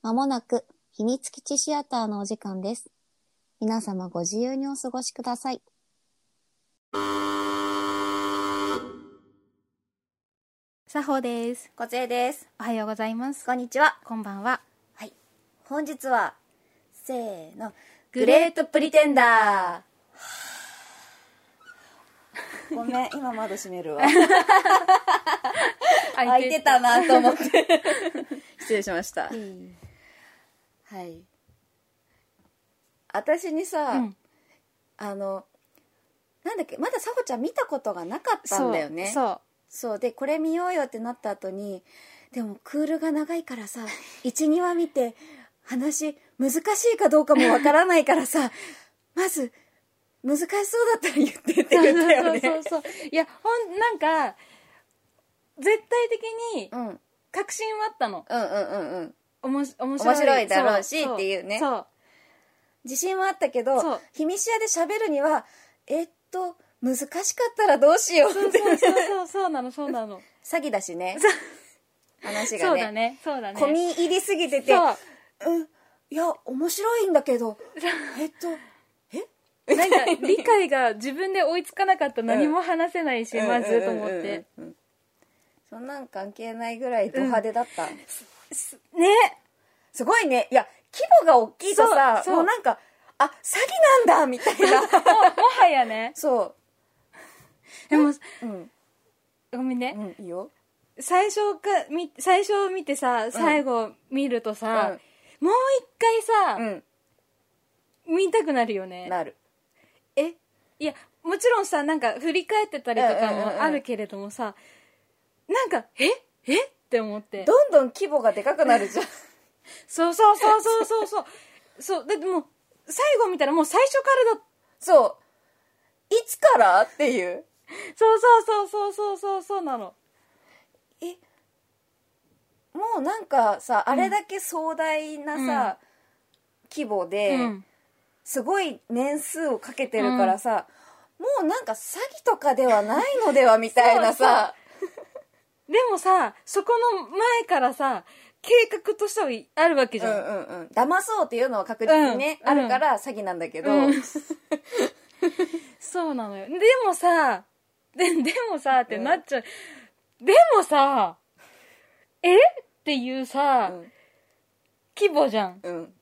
まもなく秘密基地シアターのお時間です。皆様ご自由にお過ごしください。作法ですこちらです。おはようございますこんにちは。こんばんは本日 は、せーの、グレートプリテンダー。ごめん、今窓閉めるわ。開いてたなと思って。 失礼しました。 はい。私にさ、うんあの、なんだっけ、まださほちゃん見たことがなかったんだよね。そうそうそうでこれ見ようよってなった後にでもクールが長いから さ12話見て話難しいかどうかもわからないからさまず難しそうだったら言ってって言ったよねそうそうそうそういやほんなんか絶対的にうんうん確信はあったのうんうんうんおもし面白い面白いだろうしそそっていうねそう自信はあったけそどう秘密屋で喋るにはえっと難しかったらどうしようそうってそうそうそうそうなのそうなの 詐欺だしね話そがうだねねそうだね込み入りすぎててそううんいや面白いんだけどえっとなんか理解が自分で追いつかなかった何も話せないし、まずと思って、うんうんうんうんそんなん関係ないぐらいド派手だった、ねすごいねいや規模が大きいとさそうそうもうなんかあ詐欺なんだみたいな ももはやねそでも ううん、ごめんね、うん、いいよ最初かみ最初見てさ最後見るとさ、もう一回うさ、ん見たくなるよねなるえいやもちろんさなんか振り返ってたりとかうんうんうんうんもあるけれどもさ、なんかええって思ってどんどん規模がでかくなるじゃんそうそうそうそうそうそう そうだってもう最後見たらもう最初からだそういつからっていうそうそうそうそうそうそうそうなのえもうなんかさあれだけ壮大なさ、規模で、うんすごい年数をかけてるからさ、もうなんか詐欺とかではないのではみたいなさでもさそこの前からさ計画としてはいあるわけじうゃんん、うんうん騙そうっていうのは確実にね、うんあるから詐欺なんだけど、うんそうなのよでもさででもさってなっちゃう、でもさえっていうさ、うん規模じゃんうん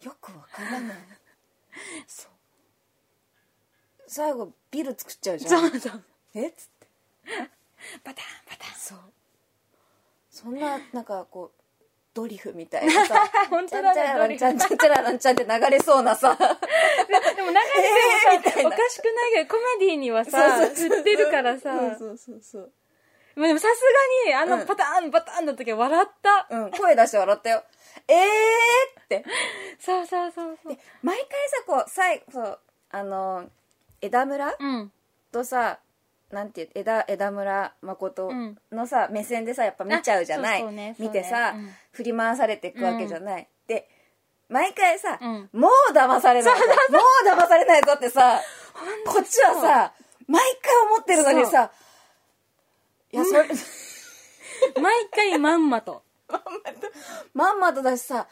よくわか らない最後ビル作っちゃうじゃそうんそうえっつってパターンパターンそうそんななんかこうドリフみたいなさ 本当ちゃんだちゃねらドなんリちフゃんちゃんちゃらなんちゃんって流れそうなさでも流れてもさ、 えーみたいなおかしくないけどコメディにはさ振ってるからさそうそうそうそうまあでもさすがにあうのんパターン、パターンの時は笑ったうん声出して笑ったよえーってそうそうそうそう毎回さこう最後あの枝村うんとさなんていう枝枝村誠うんのさ、目線でさやっぱ 見ちゃうじゃなあいそうそうねそう見ねてさ、うん振り回されていくわけじゃない、で毎回さ、うんもう騙されないぞもう騙されないぞってさこっちはさ毎回思ってるのにさいやそれ、毎回まんまと まんまとだしさ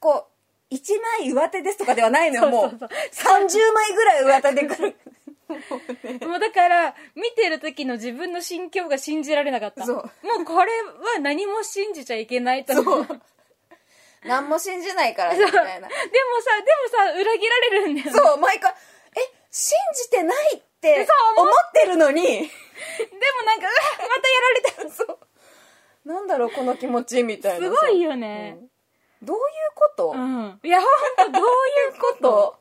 こう一枚上手ですとかではないのよもうそうそう30枚ぐらい上手でく るもうだから見てる時の自分の心境が信じられなかったそうもうこれは何も信じちゃいけないと思うでも何も信じないからみたいなさでもさ裏切られるんだよねそう、毎回、え、信じてないってそう思ってるの に、でもなんかうわまたやられたそう。なんだろう、この気持ちみたいなすさ。ごいよねどういうこと、うんいやほんとどういうことと、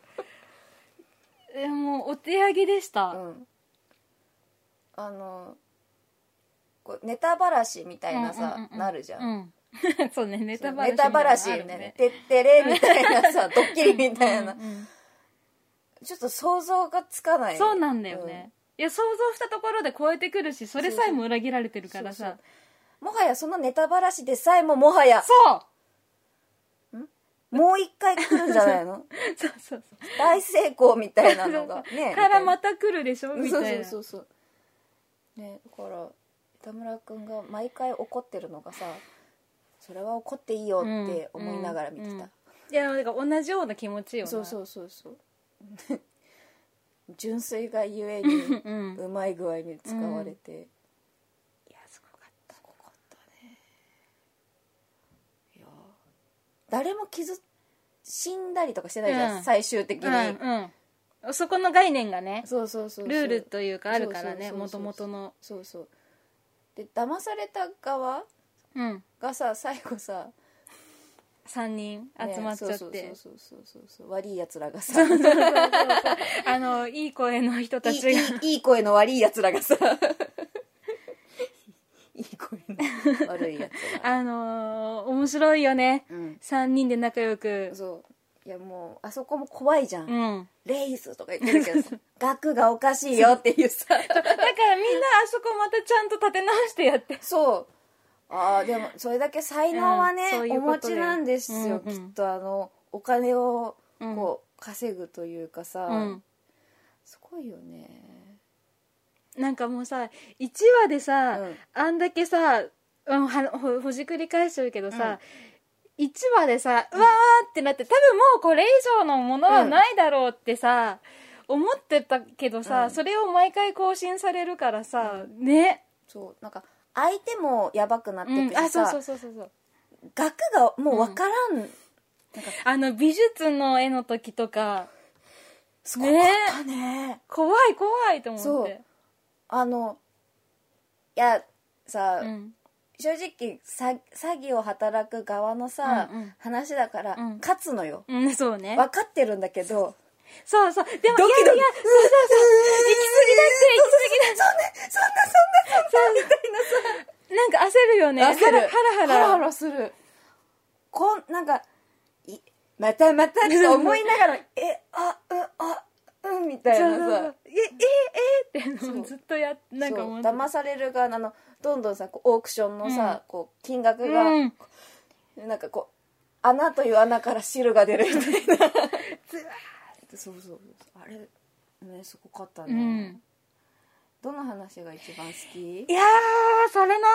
えもうお手上げでした、 うん、あの、こうネタばらしみたいなさ、うんうんうんうんなるじゃん。うん、 そうねネタバラシネタばらしみたいな、てってれみたいな さ、ドッキリみたいな、うんうんちょっと想像がつかない。そうなんだよね、いや想像したところで超えてくるしそれさえも裏切られてるからさもはやそのネタばらしでさえももはや、そうもう一回来るんじゃ ないのそうそうそう大成功みたいなのが。ね。 からまた来るでしょ みたそいうなそうそうそうねだから田村君が毎回怒ってるのがさそれは怒っていいよって思いながら見てた、うんうんいやなんか同じような気持ちよなそうそうそうそう 純粋がゆえ にうん、うん、いうまい具合に使われて、やすごかったすごかったねいやー誰も傷死んだりとかしてないじゃん、うん最終的に、うんうん、そこの概念がねそうそうそうそうルールというかあるからねそうそもうそともとうのそうそうで騙された側うんがさ最後さ、 3人ね集まっちゃって、そうそうそうそうそう悪いやつらがさいいあのいい声の人たちがいいいい声の悪いやつらがさ いい声の悪いやつら、 あのー面白いよねうん、 3人で仲良くそういやもうあそこも怖いじゃん、うんレイスとか言ってるけどさ額がおかしいよっていうさだからみんなあそこまたちゃんと立て直してやってそうあーでもそれだけ才能はね、うんそういおうこ持とちだよなんですよ、うんうんきっとあのお金をうんこう稼ぐというかさ、うんすごいよねなんかもうさ1話でさ、うんあんだけさ、うん、はほほじくり返してるけどさ、1話でさ、うわーってなって多分もうこれ以上のものはないだろうってさ、思ってたけどさ、うんそれを毎回更新されるからさ、ね、そうなんか相手もやばくなってうん、くしあそうさ、そうそうそうそう額がもう分からん、あの美術の絵の時とかすごかったね怖い怖いと思ってあのいやさ、ん、正直詐詐欺を働く側のさ、うんうん話だから、うん勝つのようん、そうね分かってるんだけどそうそうでもドキいドキやいやそうそうそう行き過ぎだって行き過ぎだって そんなそんななんか焦るよね。焦るハラハラハラハラするこんなんかいまたまたって思い ながらえあうあうんみたいそなうそうそさうえ、え、ええってそうずっとやっ、なんかそうう。騙される側のあのどんどんさこうオークションのさ、こう金額が、うん。なんかこう穴という穴から汁が出るみたいなそうそうそうあれねすごかったね、うん。どの話が一番好きいやー、それな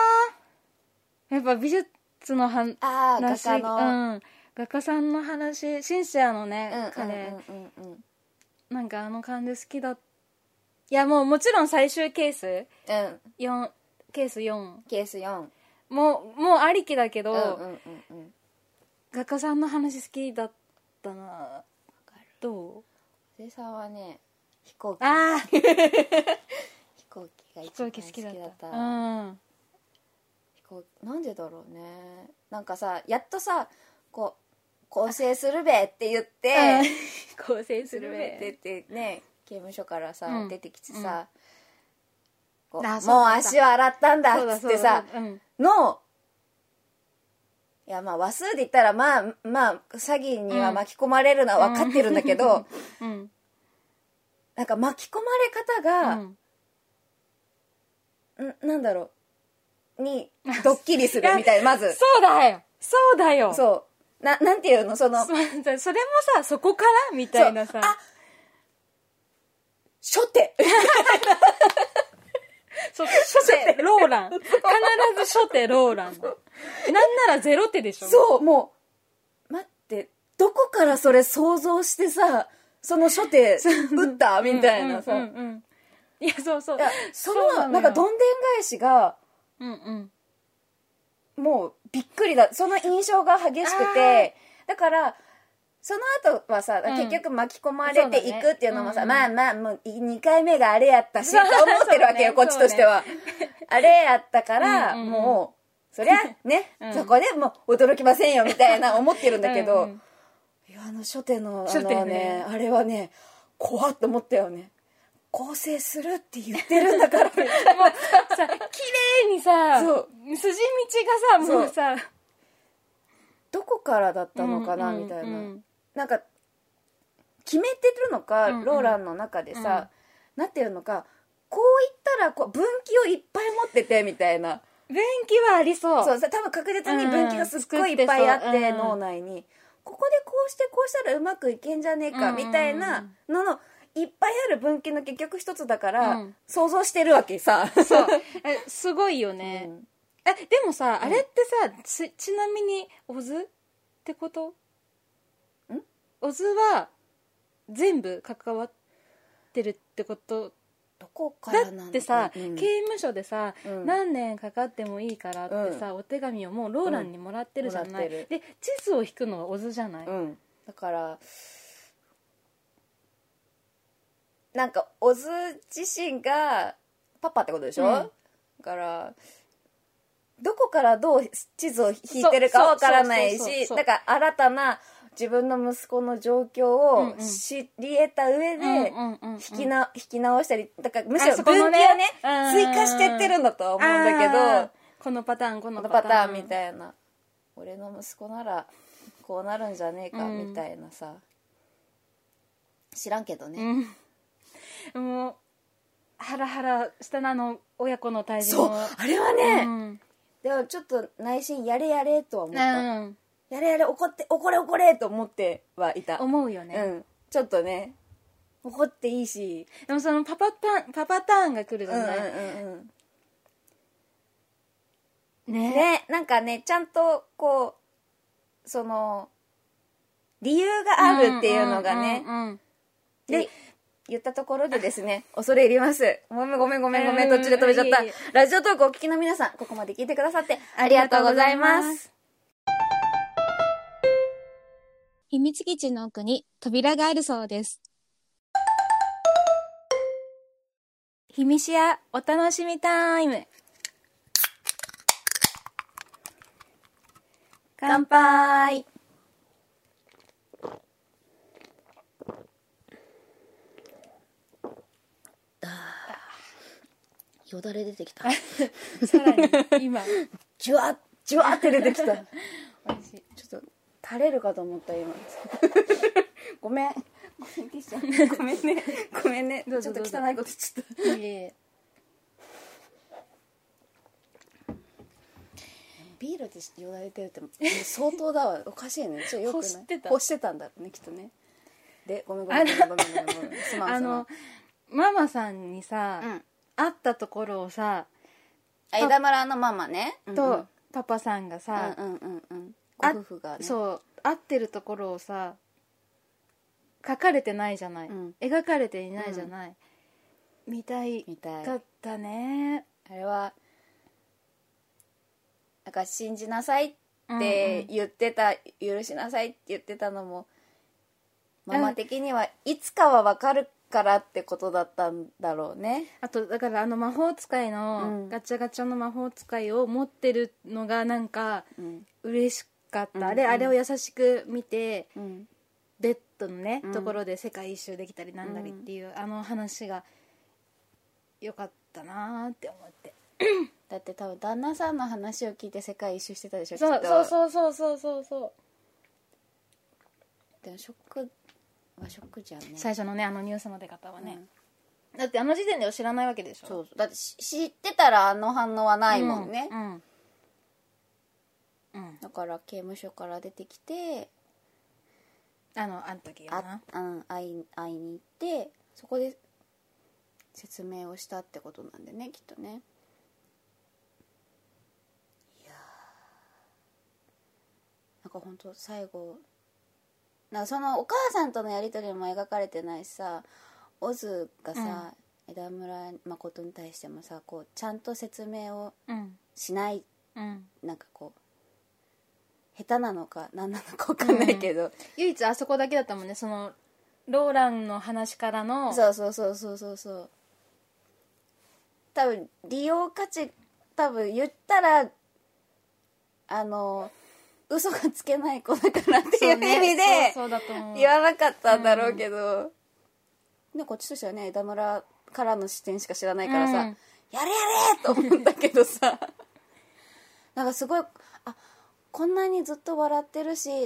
やっぱ美術のはんああ画話、家の、うん。画家さんの話、シンシアのね、うん彼、うんうんうんうんなんかあの感じ好きだ。いや、もうもちろん最終ケース、うん四ケース4。ケース4もう、もうありきだけど、うんうんうんうん画家さんの話好きだったなどう瀬井さんはね飛行機ああ飛行機が一飛行番好機好ききだだっったた うん飛行機なんでだろうねなんかさやっとさこう構成するべって言って、構成すスルるメってべ言ってね刑務所からさ、うん出てきてさ、こうあそうだもう足を洗ったんだそうだっつそっうてださうんのいやまあ話数で言ったらまあまあ詐欺には巻き込まれるのは分かってるんだけど、 うんなんか巻き込まれ方が、ん、なんだろうにドッキリするみたいなまずそうだよそうだようそうななんていうのそのそそれもさそこからみたいなさそうあ初手そう初手ロー ラン必ず初手ローランなんならゼロ手でしょそうもう待ってどこからそれ想像してさその初手打ったみたいなさ、うんうんうんいやそうそういやそそうののよなんかどんでん返しがうんうんもうびっくりだその印象が激しくてだからその後はさ、うん結局巻き込まれていくっていうのもさ、そうまだあまあもう2回目があれやったしと思ってるわけよ、そこうっねちとしては、あれやったから、うんうんうんもうそりゃね、 うんそこでもう驚きませんよみた いな思ってるんだけど、うんうんいやあの初手のあ初の手ねねあれはね怖っと思ったよね構成するって言ってるんだ からもうさ綺麗にさそう筋道がさもうさどこからだったのかな、うんうんみたいな、うんなんか決めてるのか、うんうんローランの中でさ、なってるのかこう言ったらこう分岐をいっぱい持っててみたいな便器はありそうそうさ多分確実に分岐がすっごいいっぱいあって、うん脳内にここでこうしてこうしたらうまくいけんじゃねえか、うんみたいなののいっぱいある分岐の結局一つだから、うん想像してるわけさ。そうえすごいよね、 うんえでもさ、あれってさちちなみにオズってことんオズは全部関わってるってことどこかだらっなんてさ、うん刑務所でさ、うん何年かかってもいいからってさ、お手紙をもうローランにもらってるじゃうんもならい、ってるで地図を引くのはオズじゃない、うん、だからなんかオズ自身がパパってことでしょ、うんだからどこからどう地図を引いてるかわからないそうそうそうしそうだから新たな自分の息子の状況うんうをん知り得た上で、うんうんうんうん引きな引き直したりだからむしろあそ分こ岐のをねねうん追加してってるんだとは思うんだけあどーこのパターンここののパパタターンーンみたいな俺の息子ならこうなるんじゃねえかうんみたいなさ、知らんけどね、うん、もうハラハラしたなあの親子の対峙そうもあれはうね、んでもちょっと内心やれやれとは思うった、ん、やれやれ怒って怒れ怒れと思ってはいた、思うようね、んちょっとね怒っていいしでもそのパパターンパパターンが来るじゃない、うんうんうんねねなんかねちゃんとこうその理由があるっていうのがね、うんうんうんで言ったところでですね 恐れ入りますごめんごめんごめんごめんうん途中で止めちゃっいえいえたラジオトークお聞きの皆さんここまで聞いてくださってありがとうございます秘密基地の奥に扉があるそうです。秘密屋お楽しみタイム乾杯よだれ出てき たさらに 今じゅわじゅわって出てきた 美味しいちょっと垂れるかと思った今 ごめんごめんキッシャンごめんねごめんねどうちょぞっとどうぞ汚いこと言っちゃったいえいえビールでよだれてるって相当だわおかしいねちょっとよくない欲してた欲してたんだろうねきっとねでごめんごめんあごめんごめんごめんごめんごめんすまんあすまのんママさんにさ、うん会ったところをさあ枝村のママねと、うんうんパパさんがさ、うんうんうんご夫婦がねそう合ってるところをさ書かれてないじゃない、うん描かれていないじゃない、見たいみたいかったねあれはなんか信じなさいって言ってた、許しなさいって言ってたのもママ的にはいつかは分かるからってことだったんだろうねあとだからあの魔法使いうのんガチャガチャの魔法使いを持ってるのがなんかうん嬉しかった、うんあれうんあれを優しく見てうんベッドのね、うんところで世界一周できたりなんだりっていう、あの話がよかったなーって思ってだって多分旦那さんの話を聞いて世界一周してたでしょそきっうとそうそうそうそうそうそうでもショックはショックじゃんね最初のねあのニュースの出方はうんね、だってあの時点では知らないわけでしょそうそうだってし知ってたらあの反応はないもんね、うんうんだから刑務所から出てきてあのあの時やあな、うん、会い会いに行ってそこで説明をしたってことなんでねきっとねいやーなんかほんと最後なんかそのお母さんとのやり取りも描かれてないしさオズがさ、枝村誠に対してもさこうちゃんと説明をうんしないうん、なんかこう下手なのか何なのか分かんないけど、唯一あそこだけだったもんねそのローランの話からのそうそうそうそうそうそう多分利用価値多分言ったらあの嘘がつけない子だからっていうそ意うね味でそうそうだと思う言わなかったんだろうけど、ねこっちとしてはね枝村からの視点しか知らないからさ、うんやれやれと思ったけどさなんかすごいあこんなにずっと笑ってるしな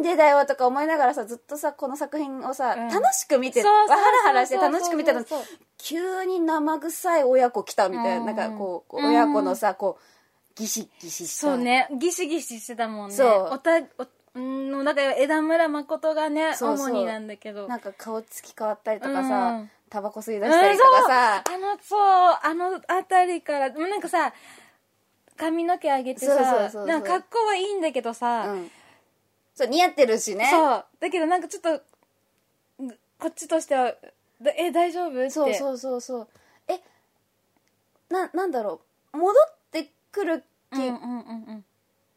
んでだよとか思いながらさずっとさこの作品をさ、うん楽しく見てそうそうそうそうハラハラして楽しく見てたのそうそう急に生臭い親子来たみたいな,、うんなんかこうこう親子のさこうギシギシしたそうねギシギシしてたもんねそうおたおんのだから枝村誠がねそうそう主になんだけどなんか顔つき変わったりとかさ、うんタバコ吸い出したりとかさ、うんそうあのそうあの辺りからでもなんかさ髪の毛上げてさそうそうそうそうなんか格好はいいんだけどさ、うん、そう似合ってるしねそうだけどなんかちょっとこっちとしてはだえ大丈夫ってそうそうそうそうえななんだろう戻ってくる気うんうんうんうん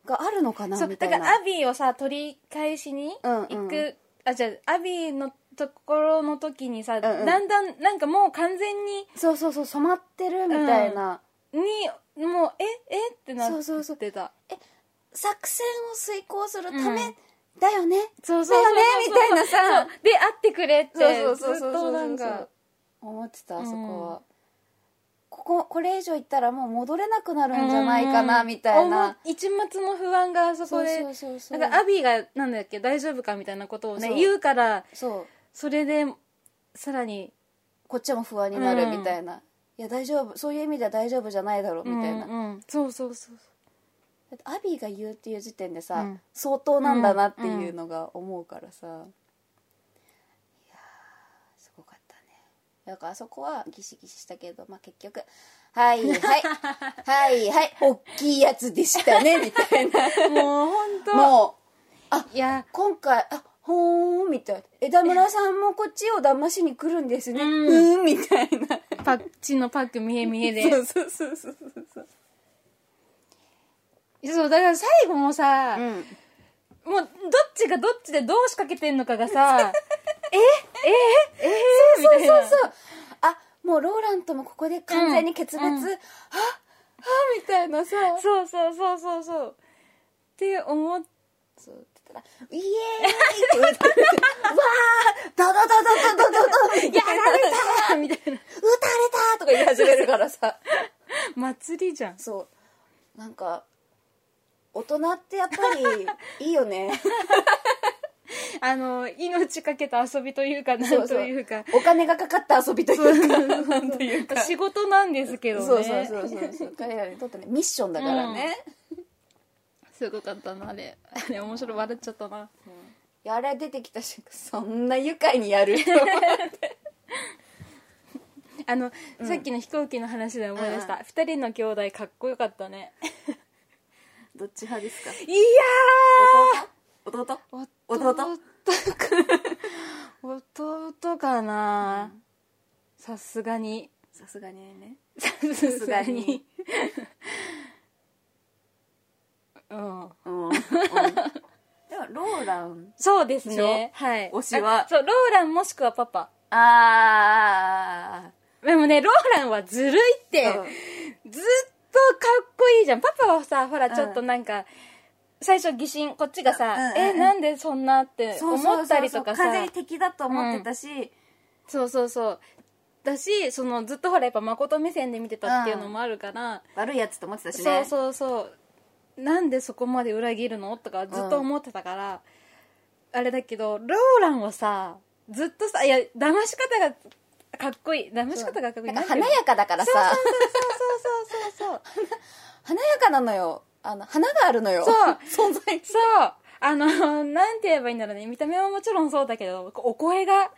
があるのかな、そうみただかいならアビーをさ取り返しに行く、うんうんあじゃあアビーのところの時にさ、んうんだんだんなんかもう完全にそうそうそう染まってるみたいな、にもうええってなってたそうそうそうだ作戦を遂行するためうんだよね、そうそうそうだよねみたいなそさうで会ってくれってそうずそうそうっそうとなんか思ってたあそこは、うんこここれ以上行ったらもう戻れなくなるんじゃないかなみたい思うな、一末の不安があそこそうでそうそうそうなんかアビーがなんだっけ大丈夫かみたいなことをねそう言うからそうそれでさらにこっちも不安になるみたいな、いや大丈夫そういう意味では大丈夫じゃないだろうみたいな、だうんうんそうそうそうってアビーが言うっていう時点でさ、うん相当なんだなっていうのが思うからさ、いやーすごかったねだからあそこはギシギシしたけどまあ結局「はい はいはいはい大きいやつでした ね」みたいな もう本当もういや今回あほーんみたいな枝村さんもこっちを騙しに来るんですねううんーんみたいなパッチのパック見え見え でそうそうそうそうそうそうそうだから最後もさ、うんもうどっちがどっちでどう仕掛けてんのかが さええええみそたういそうなそうあもうローランともここで完全に決別、うんうんはっはっみたいなさそうそうそうそうそうって思っそうって言ったら「イエーイ!」って言ってわーダダダダダダダダやられた みたいな撃たれた!」とか言い始めるからさ祭りじゃんそうなんか大人ってやっぱりいいよねあの命かけた遊びというかなんそうとそういうかお金がかかった遊びというかなんというか仕事なんですけどねそうそうそうそうそう彼らにとってねミッションだからね、すごかったなあれあれ面白い笑っちゃったないやあれ出てきた瞬間そんな愉快にやると思ってあの、さっきの飛行機の話で思い出した、うん二人の兄弟かっこよかったねどっち派ですかいや弟弟ー弟弟弟かなさすがにさすがにねさすがにうんう ん、うん、でもローランそうですねはい推しはあそうローランもしくはパパあでもねローランはずるいって、ーずっとかっこいいじゃんパパはさほらんちょっとなんか、最初疑心こっちがさ、うんうんうんえなんでそんなってそう思ったりとかさそうそうそう完全に敵だと思ってたし、そうそうそうだしそのずっとほらやっぱ誠目線で見てたっていうのもあるから、悪いやつと思ってたしねそうそうそうなんでそこまで裏切るのとかずっと思ってたから、あれだけどローランはさずっとさいや騙し方がかっこいい騙し方がかっこいいなんかなん華ていうやかだからさのそうそうそう華やかなのよあの花があるのよそ存在そうあの、なんて言えばいいんだろうね。見た目はもちろんそうだけど、お声 が、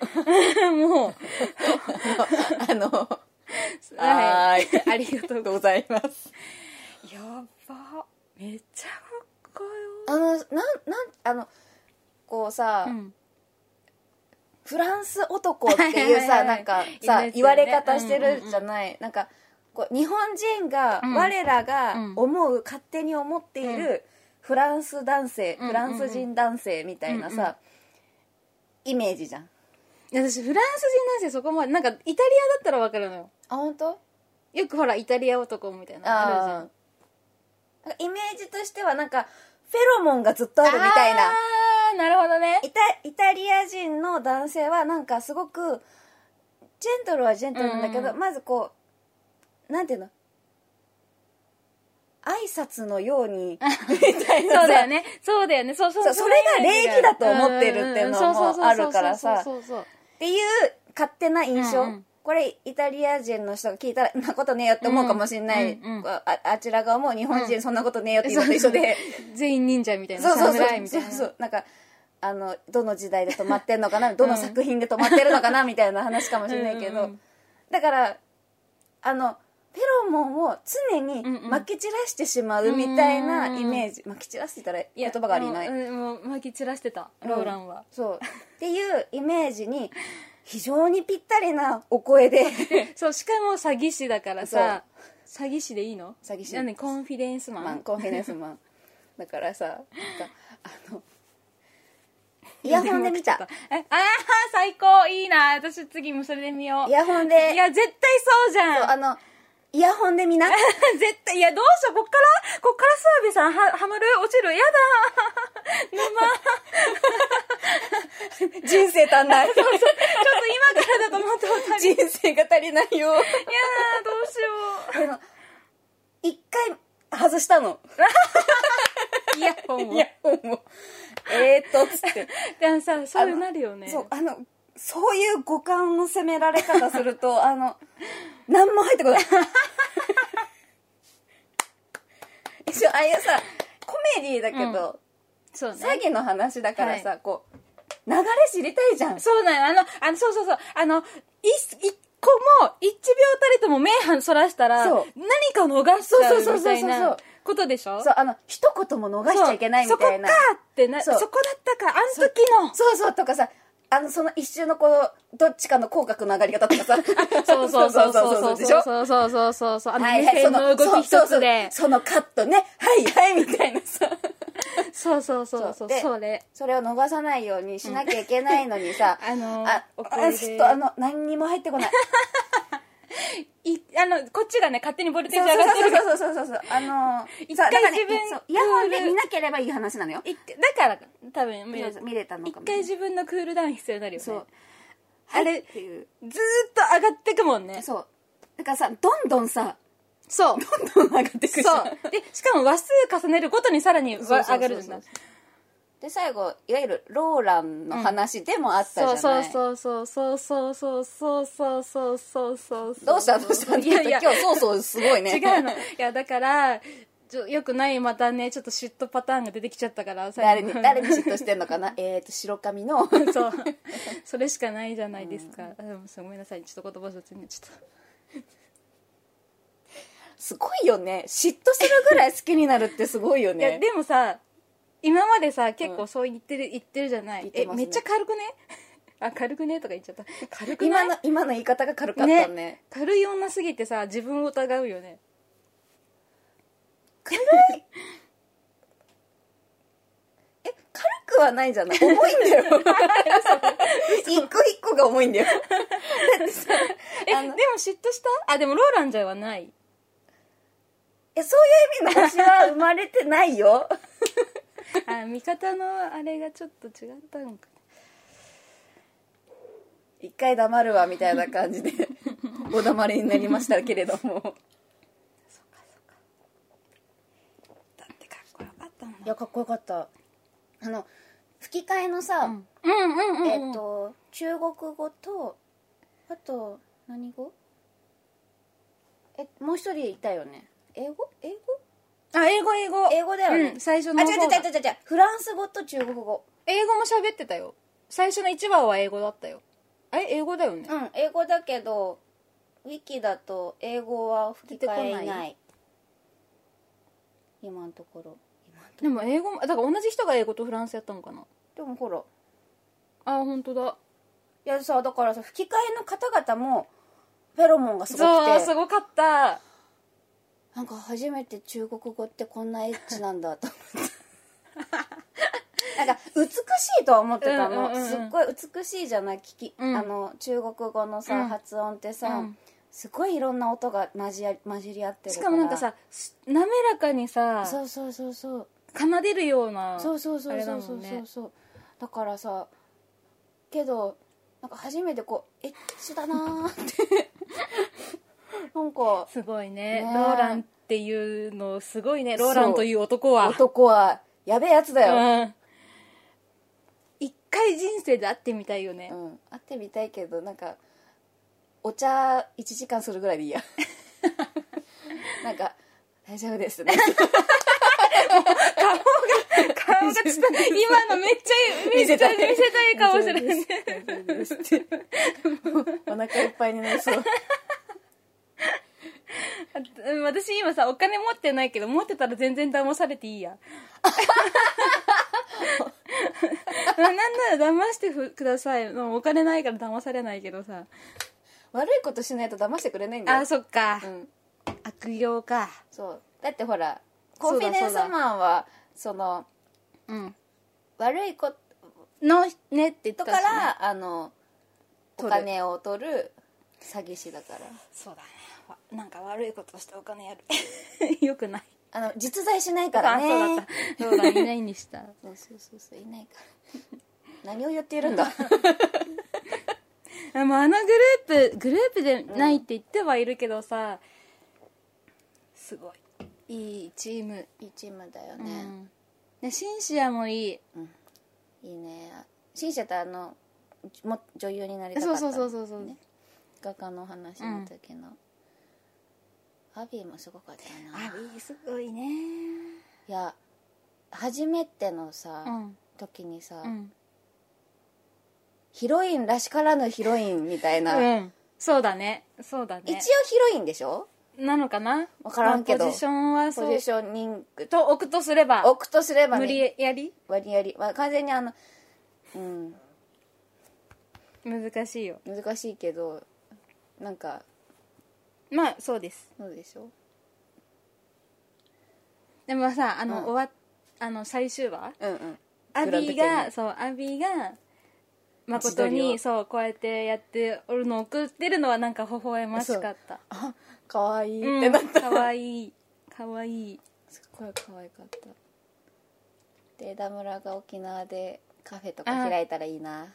もう、 あのははーいい。ありがとうございございますます。やば。めっちゃかっこよ。あのなんなんあのこうさ、うん。フランス男ってはいういはいはいはさいなんかいますさよね言われ方してるじゃないなんかこう日本人がうん我らがうん思う勝手に思っているフランス男性うんフランス人男性みたいなさイメージじゃんいや私、フランス人なんですよ、そこまで。なんか、イタリアだったらわかるのよ。あ本当よくほら、イタリア男みたいなのあるじゃん。あーなんかイメージとしてはなんかフェロモンがずっとあるみたいなあー、なるほどね。イタイタリア人の男性はなんかすごくジェントルはジェントルなんだけど、うんまずこうなんていうの挨拶のよう にみたいなそうだよねね。 そうだよね。そうそうそうそれがイメージ礼儀だと思ってるっていうのもんんんそうそうそうそうあるからさそうそうそうっていう勝手な印象、うんうんこれイタリア人の人が聞いたら「んなことねえよ」って思うかもしれない、うんうんああちらが思う日本人そんなことねえよっていうのと一緒で、全員忍者みたいな。そうそうそう侍みたいそうな。そうなんかあのどの時代で止まってんのかなどの作品で止まってるのかなみたいな話かもしれないけどうんうんうんだからあのペロモンを常うにんうんまき散らしてしまうみたいなイメージまき散らしてたら言葉がありない、うんもう巻き散らしてたローランは、そうっていうイメージに非常にぴったりなお声でそうしかも詐欺師だからさ詐欺師でいいの詐欺師なんでコンフィデンスマン、マンコンフィデンスマンだからさなんかあのイヤホンで見た えああ最高いいな私次もそれで見ようイヤホンいでや絶対そうじそうゃんあのイヤホンで見 な絶対いやどうしようこっからこっから澤部さんははまる落ちるやだ沼人生足 んない ちょっと今からだともっと足り人生が足りないいよやーどうしよあの一回外したのうイヤホンイヤホンをえーっとつってでもさそうなるよねそうあのそういう五感の責められ方すると あの何も入ってこない 一応ああいうさコメディだけど、そうね詐欺の話だからさ、はこう流れ知りたいじゃんそうなのあのあのそうそうそうあのい一個も一秒たりとも目はそらしたらそ何うかを逃しちゃうそうそうそうそうそうみたいなことでしょそうあの一言も逃しちゃいけないみたいそうなそこかってなそそうこだったかあの時のそうそうとかさあのその一瞬のこうどっちかの口角の上がり方とか さそうそうそうそうそうでしょそうそうそうそうそうあのはい目はいそ線の動きそう一そうそつうでそのカットねはいはいみたいなさそうそうそうそそううでそれそれを逃さないようにしなきゃいけないのにさ、 あのあお声あでちょっとあの何にも入ってこない いあのこっちがね勝手にボルテーそうジ上がってるからそうそうそうそうそうあの一回そうだからね自分そうイヤホンで見なければいい話なのよ一回だから多分見る見れたの一かも回自分のクールダウン必要になるよねそうあはいれっていうずーっと上がってくもんねそうだからさどんどんさそうどんどん上がってくじゃんそうでしかも話数重ねるごとにさらにわそうそうそう上がるんだで最後いわゆるローランの話でもあったじゃなそい、うそうそうそうそうそうそうそうそうそうそうそうそうどうしたどうしたいやいや今日そうそうすごいね違うのいやだからちょよくないまたねちょっと嫉妬パターンが出てきちゃったから誰最に後誰に嫉妬してんのか なえっと白髪の そうそれしかないじゃないですか、あでもそうごめんなさいちょっと言葉上手になっちゃったすごいよね嫉妬するぐらい好きになるってすごいよいやねでもさ今までさ結構そう言ってる、言ってるじゃない、言ってえますめねっちゃ軽くね あ軽くねとか言っちゃった軽くな今いの今の言い方が軽かったね軽い女すぎてさ自分を疑うよね軽い え軽くはないじゃない重いんだよ 一個一個が 重いんだよえあでのも嫉妬したあでもローランジャーはないえそういう意味の星は生まれてないよあ味方のあれがちょっと違ったのか一回黙るわみたいな感じで お黙りになりましたけれどもだってかっこよかったもんいやかっこよかったあの吹き替えのさ、うんうんうん、うん、えっ、と中国語とあと何語えもう一人いたよね英語英語あ英語英語英語だよね、うん最初のあ違方うが違う違う違う違うフランス語と中国語英語も喋ってたよ最初の1話は英語だったよあれ英語だよねうん英語だけどウィキだと英語は吹き替えいない出てこな今のところ今のとこでも英語もあだから同じ人が英語とフランスやったのかなろでもほらあ本当だいやさだからさ吹き替えの方々もフェロモンがすごそうくすてごかったなんか初めて中国語ってこんなエッチなんだと思 ってなんか美しいとは思ってたの、うんうんうんうんすっごい美しいじゃない聞き、うんあの中国語のさ、うん発音ってさ、うんすごいいろんな音が混じり混じり合ってるしかからもなんかさす滑らかにさそうそうそうそう奏でるようなそうそうそあうれだそもうそんうねそうそう、だからさけどなんか初めてこうエッチだなーって なんかすごいねねえローランっていうのすごいねローランという男は男はやべえやつだよ、うん一回人生で会ってみたいよねう、ん会ってみたいけどなんかお茶1時間するぐらいでい いやなんか大丈夫ですね顔がちょっと今のめっちゃめっちゃ見せたい顔してるね大丈夫で すってお腹いっぱいになりそううん私今さお金持ってないけど持ってたら全然騙されていいやななんなら騙してふくださいもうお金ないから騙されないけどさ悪いことしないと騙してくれないんだよあそっか、うん、悪用かそうだってほらコそンうだフィデンスマンはそのうん悪いこのねって言っとたかしねら、あのお取る金を取る詐欺師だからそうだねわなんか悪いことしてお金やる よくないあの実在しないからねあそうだったそうだいないに したそうそうそうそういないから 何を言っているんだでもあのグループグループでないって言ってはいるけどさ、すごいいいチーム、いいチームだようね、んでシンシアもいいいいねシンシャとあのも女優になりたかそっうたそうそうそうそう、画家のお話の時の、アビーもすごかったなあいいすごいねいや初めてのさ、うん時にさ、うん、ヒロインらしからぬヒロインみたいな、うん、そうだねそうだ一応ねヒロインでしょなのかなわからんけまどあポジションはポそうジショニングと置くとすれば置くとすれば、ね、無理やり割合り、まあ、完全にあのうん難しいよ難しいけどなんかまあそうですそうでしょでもさあの、うん終わっあの最終話うんうんアビーグランドキャニオンがそうアビーが誠自撮りをにそうこうやってやっておるのを送ってるのはなんか微笑ましかったあ可愛いってうなっんた、かわいいかわいいすっごい可愛かったで田村が沖縄でカフェとか開いたらいいな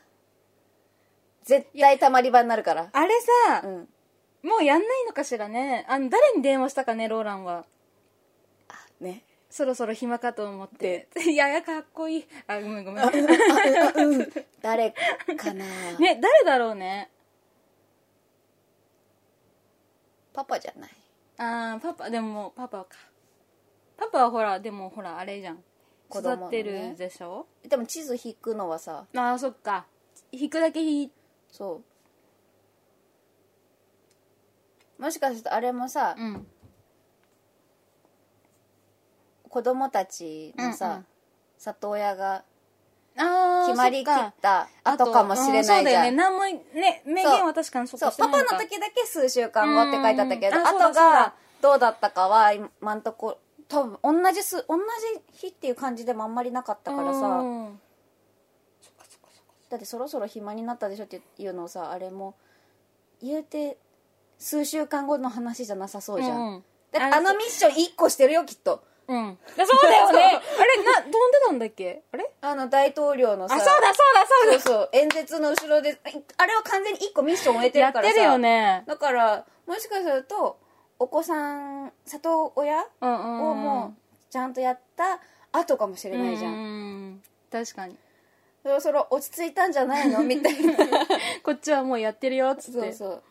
絶対たまり場になるからあれうさ、んもうやんないのかしらねあの誰に電話したかねローランはねそろそろ暇かと思 って「いやいやかっこいい」あごめん ごめん誰かな、 ね誰だろうねパパじゃないあーパパでもパパかパパはほらでもほらあれじゃん子供育のねってるでしょ、でも地図引くのはさああそっか引くだけ引いそうもしかするとあれもさ、うん子供たちのさ、うんうん里親がああ決まりきっかた後かもしれないじゃん、うんそうだよね何もね名言は確かにそそうこしてパないパのかの時だけ数週間後って書いてあったけどうんうんあそうだ後がどうだったかは今んとこ多分同じ数同じ日っていう感じでもあんまりなかったからさ、うんそっかそっかそっかだってそろそろ暇になったでしょっていうのをさあれも言うて数週間後の話じゃなさそうじゃん、うんうんだってあのミッション1個してるよきっとうんいやそうだよね そうあれな飛んでたんだっけあれあの大統領のあさそうだそうそだうそうそう演説の後ろでああれは完全に1個ミッション終えてだやるっからさてるよねだからもしかするとお子さん里親うんうんうんをもうちゃんとやった後かもしれないじゃん、ううん確かにそろそろ落ち着いたんじゃないのみたいなこ っちはもうやってるよっつってそうそう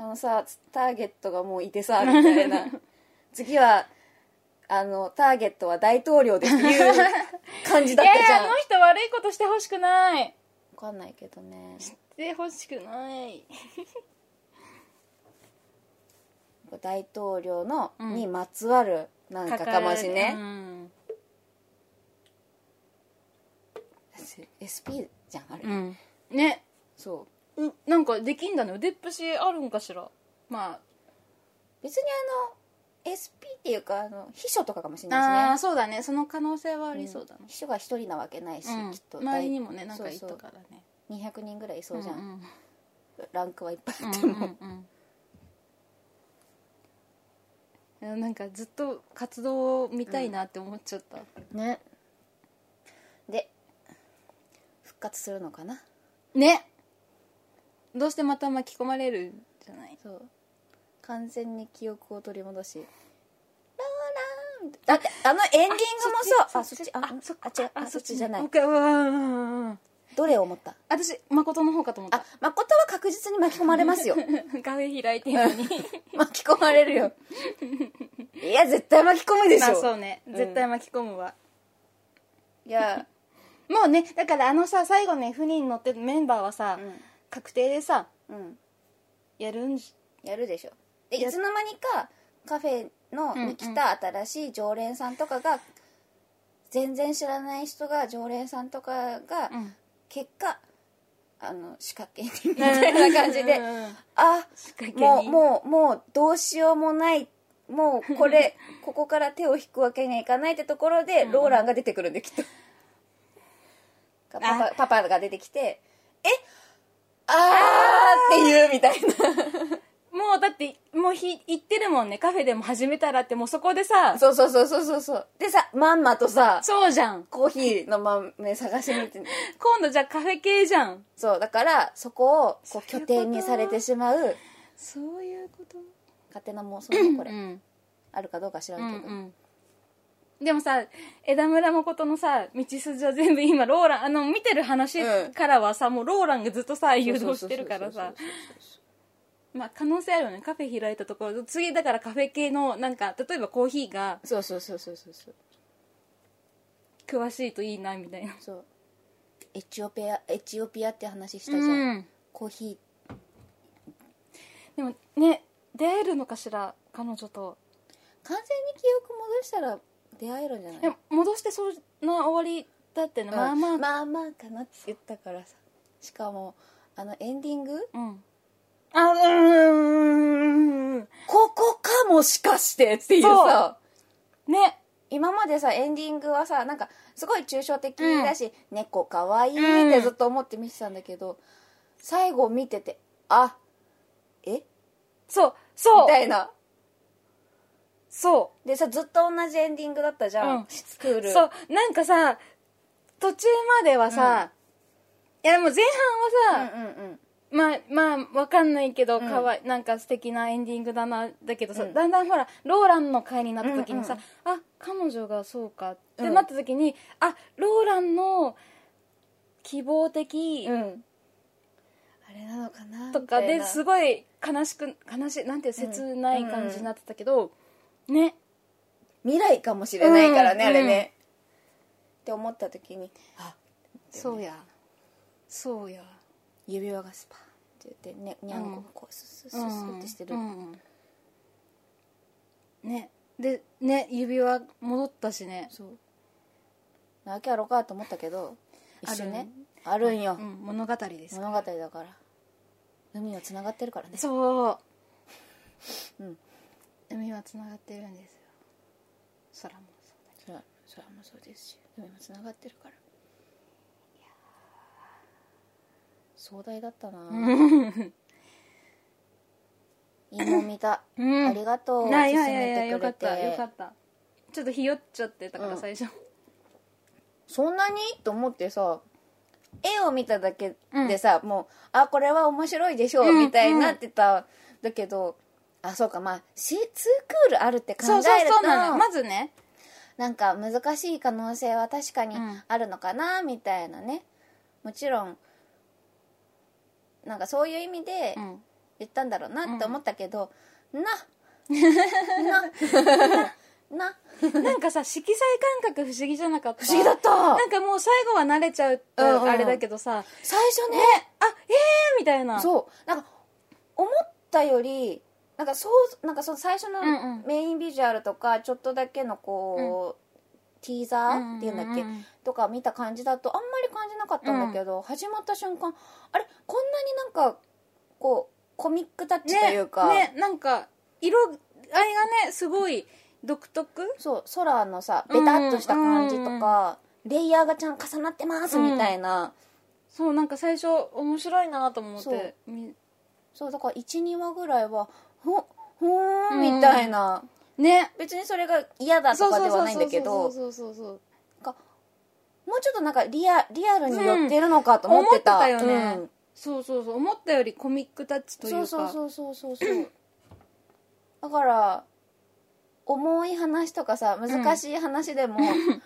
あのさターゲットがもういてさみた いな次はあのターゲットは大統領ですって いう感じだっいやたじゃいんやあの人悪いことしてほしくない分かんないけどねしてほしくない大統領のうんにまつわるなんかかましね、うん私 SP じゃんあれ、うんねそううなんかできんだね腕っぷしあるんかしらま別にあの SP っていうかあの秘書とかかもしれあ、なあいーしそうだねその可能性はあねりそうだねん、秘書が一人なわけないし、うんきっと周りにもねなんか大いたからねそうそう200人ぐらいいそうじゃん、うんランクはいっぱいあってうんも、うんうんうんなんかずっと活動を見たいなって思っちゃった、ねで復活するのかなねどうしてまた巻き込まれるんじゃないそう完全に記憶を取り戻しローランってだってあのエンディングもそうあそっちああそっ違うあそっちじゃないオッケーうんうんうんうんどれを思った私誠の方かと思っ あた誠は確実に巻き込まれ ますよカフェ開いてるのに巻き込まれるよいや絶対巻き込むでしまょ、あそうね絶対巻き込むわ、いや、もうねだからあのさ最後ね船に乗ってるメンバーはさ、確定でさうん、やるんじやるでしょでいつの間にかカフェのうんうんに来た新しい常連さんとかが、全然知らない人が常連さんとかがうん結果、あの仕掛け人みたいな感じで、 あ仕掛けもうにもうもうどうしようもないもう これここから手を引くわけにはいかないってところでんローランが出てくるんできっとパパパパが出てきて「えあー」って言うみたいもうだってもうひ行ってるもんねカフェでも始めたらっても うそこでさなそうそうそうそうそうそうでさまんまとさそうじゃんコーヒーの豆探しに行って今度じゃあカフェ系じゃんそうだからそこをこうそういう拠こと点にされてしまうそういうこと勝手な妄想のこうれ、んあるかどうか知らんうけんど、うんでもさ枝村誠のさ道筋は全部今ローランあの見てる話うんからはさ、もうローランがずっとさ誘そう導そしうてそうそうそうるからさまあ可能性あるよねカフェ開いたところ次だからカフェ系のなんか例えばコーヒーがそうそうそうそうそうそう詳しいといいなみたいなそうエチオピアエチオピアって話したじゃん、うんコーヒでもね出会えるのかしら彼女とー完全に記憶戻したら出会えるんじゃないでも戻してそんな終わりだってね、うんまあまあ、まあまあかなって言ったからさしかもあのエンディングうんあうーんここかもしかしてっていうさね今までさエンディングはさなんかすごい抽象的だし、猫かわいいってずっと思って見てたんだけど、最後見ててあえそうそみうたいなそうでさずっと同じエンディングだったじゃん、うんスクールそうなんかさ途中まではさ、いやでも前半はうんさ、うんうんまあまあわかんないけど、うんかわいなんか素敵なエンディングだなだけどさ、うんだんだんほらローランの会になった時にさ、うんあ彼女がそうかってうんなった時に、あローランの希望的うん、あれなのかなとかみたいでなすごい悲しく悲しいなんていう切ない感じになってたけど、ね未来かもしれないからね、うんあれね、って思った時にあそうやそうや指輪がスパーンって言って、ね、にゃんこがこうスッスッスッスッってしてる、うんうんねでね指輪戻ったしねそう泣きやろうかと思ったけど一緒ねあるんよ、うん物語です物語だから海はつながってるからねそううん海はつながってるんですよ空もそうだそれはそれはもうそうですし海もつながってるから壮大だったな今見た、うんありがとうけ勧どいやいやいやめてよくかれってたよかったちょっとひよっちゃってたからうん最初そんなにと思ってさ絵を見ただけでさ、もうあこれは面白いでしょう、うんみたいになってただけどあそうかまあ C2 クールあるって考えそうるとそうそうなのよまずねなんか難しい可能性は確かにうんあるのかなみたいなねもちろんなんかそういう意味でうん言ったんだろうなって思ったけど、なななななんかさ色彩感 覚不思議じゃなかった不思議だったなんかもう最後は慣れちゃうってうんうんあれだけどさ、最初ねあえーみたいなそうなんか思ったよりなんかそうなんかその最初のうんうんメインビジュアルとかちょっとだけのこう、ティーザーっていうんだっけ、うんうんうんとか見た感じだとあんまり感じなかったんだけど、始まった瞬間あれこんなになんかこうコミックタッチというか、ねねなんか色合いがねすごい独特そう空のさベタっとした感じとか、レイヤーがちゃん重なってますみたいな、そうなんか最初面白いなと思っそうてみそうだから12話ぐらいはほほーんみたいな、ね別にそれが嫌だとかではないんだけどそうそうそうそうもうちょっとなんかリアリアルに寄ってるのかと思っ思っててた,、たよね、うんそうそうそう思ったよりコミックタッチというそうかそうそうそうそうそうだから重い話とかさ難しい話でも、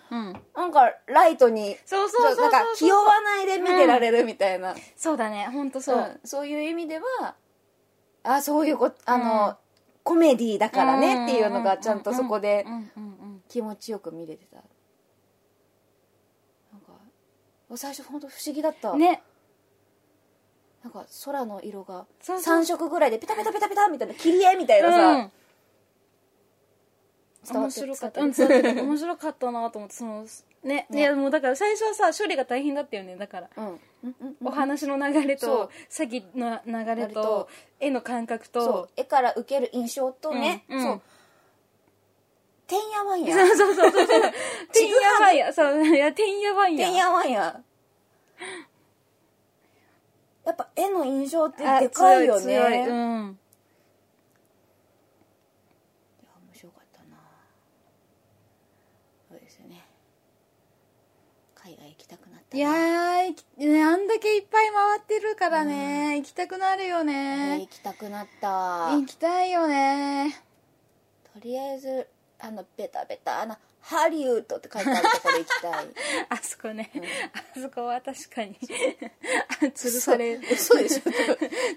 うん、なんかライトにそうそうそうそうなんか気負わないで見てられるみたいな、そうだね本当そそうう、そういう意味ではあそういうことあの、コメディだからねっていうのがちゃんとそこでうんうんうん気持ちよく見れてたなんか最初本当不思議だった、うんねなんか空の色がそうそう3色ぐらいでペタペタペタペタみたいな切り絵みたいなさ、うん伝わ面って白かったう伝わんって伝わ ってた面白かったなと思ってそのねねいやもうだから最初はさ処理が大変だったよねだから、るうんうんうんお話の流れそうと詐欺の流れ流れとと絵の感覚そうと絵から受ける印象とね、うんうんそうてんやわんやそうそうそ うそうそうてちんぐやはばんやそういやてんやばんてやんやわんややっぱ絵の印象ってあでかいよね強い強いいやうん面白かったなそうですよね海外行きたくなったいねやーいきねあんだけいっぱい回ってるからね、行きたくなるよねね行きたくなった行きたいよねとりあえずあのベタベタあのハリウッドって書いてあるところ行きた いあそこね、あそこは確かにあ 吊るされそうでし ょ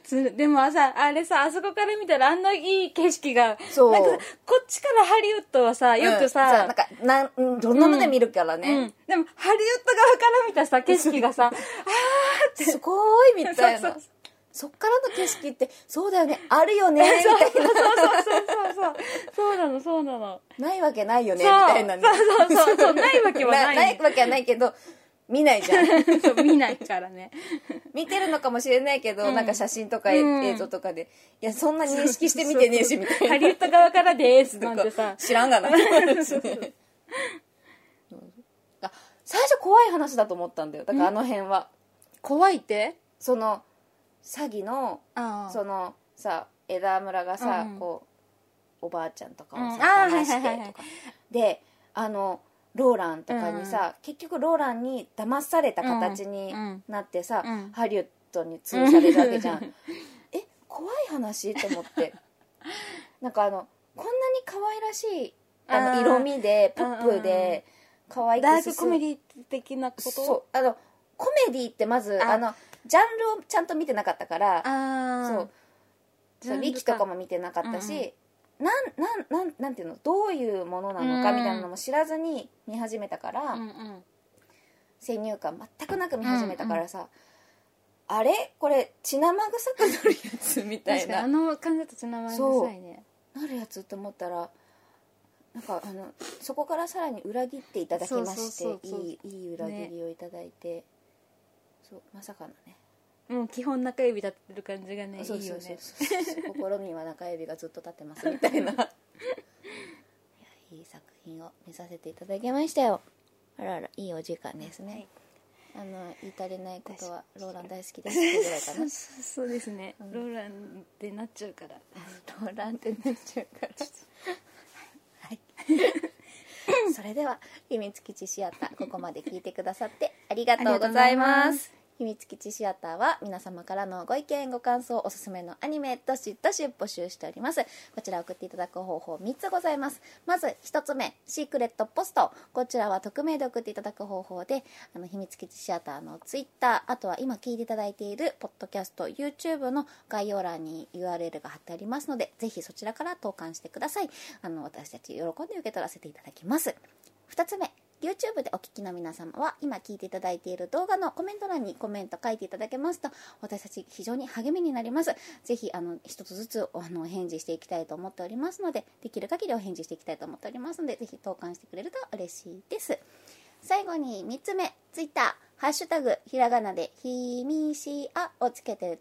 つるでもあさあれさあそこから見たらあんないい景色がそうなんかさこっちからハリウッドはさ よくうん そうさなん、かなんうんどんな目で見るからうんね、でもハリウッド側から見たさ景色がさすごいみたいなそうそうそそっからの景色ってそうだよねあるよねみたい そうそうそうそうそうなのそうなのなないわけないよねみそうたいなねそうそうそうそうないわけはない ないわけはないけど見ないじゃん そう見ないからね見てるのかもしれないけど、うんなんか写真とか、うん映像とかでいやそんな認識して見てねえしみたい なハリウッド側からでーすなんてさ知らん がなあ最初怖い話だと思ったんだよだからあの辺は怖いってその詐欺のあそのさ枝村がさ、うんこうおばあちゃんとかをうさんあー騙してとか、はいはいはいはであのローランとかにさ、結局ローランに騙された形にうんなってさ、うんハリウッドに吊るされるわけじゃん、う え怖い話と思って なんかあのこんなに可愛らしいあのあー色味でポップで可愛くダーク進コむメディ的なことそうあのコメディってまずああのジャンルをちゃんと見てなかったからああそうジャウンルかィキとかも見てなかったし、なんなんなんなんていうのどういうものなのうかんみたいなのも知らずに見始めたから、うんうん先入観全くなく見始めたからさ、あれこれ血生臭くなるやつみたい確かにあなの感じとつながりなさいねなるやつと思ったらなんかあのそこからさらに裏切っていただきましてそうそうそうそういいいい裏切りをいただいて、そうまさかのねもう基本中指立ってる感じがねそういいそようそうねそう心には中指がずっと立ってますみ たいないやいい作品を見させていただきましたよあらあらいいお時間ですね、あの言い足りないことはローラン大好きですってぐらいかそうそうそうですね、んローランってなっちゃうからなローランってなっちゃうからはい それでは秘密基地シアターここまで聞いてくださってありがとうございありがとうございまますす秘密基地シアターは皆様からのご意見ご感想おすすめのアニメどしどし募集しておりますこちら送っていただく方法3つございますまず1つ目シークレットポストこちらは匿名で送っていただく方法であの秘密基地シアターのツイッターあとは今聞いていただいているポッドキャスト YouTube の概要欄に URL が貼ってありますのでぜひそちらから投函してくださいあの私たち喜んで受け取らせていただきます2つ目 YouTube でお聞きの皆様は今聞いていただいている動画のコメント欄にコメント書いていただけますと私たち非常に励みになりますぜひあの一つずつあのお返事していきたいと思っておりますのでできる限りお返事していきたいと思っておりますのでぜひ投函してくれると嬉しいです最後に3つ目 Twitter「ハッシュタグひらがなでひみしあ」をつけて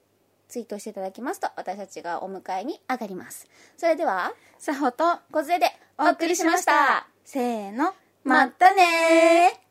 ツイートしていただきますと私たちがお迎えに上がりますそれではさほと小杖でお送りしましたせーのまったねー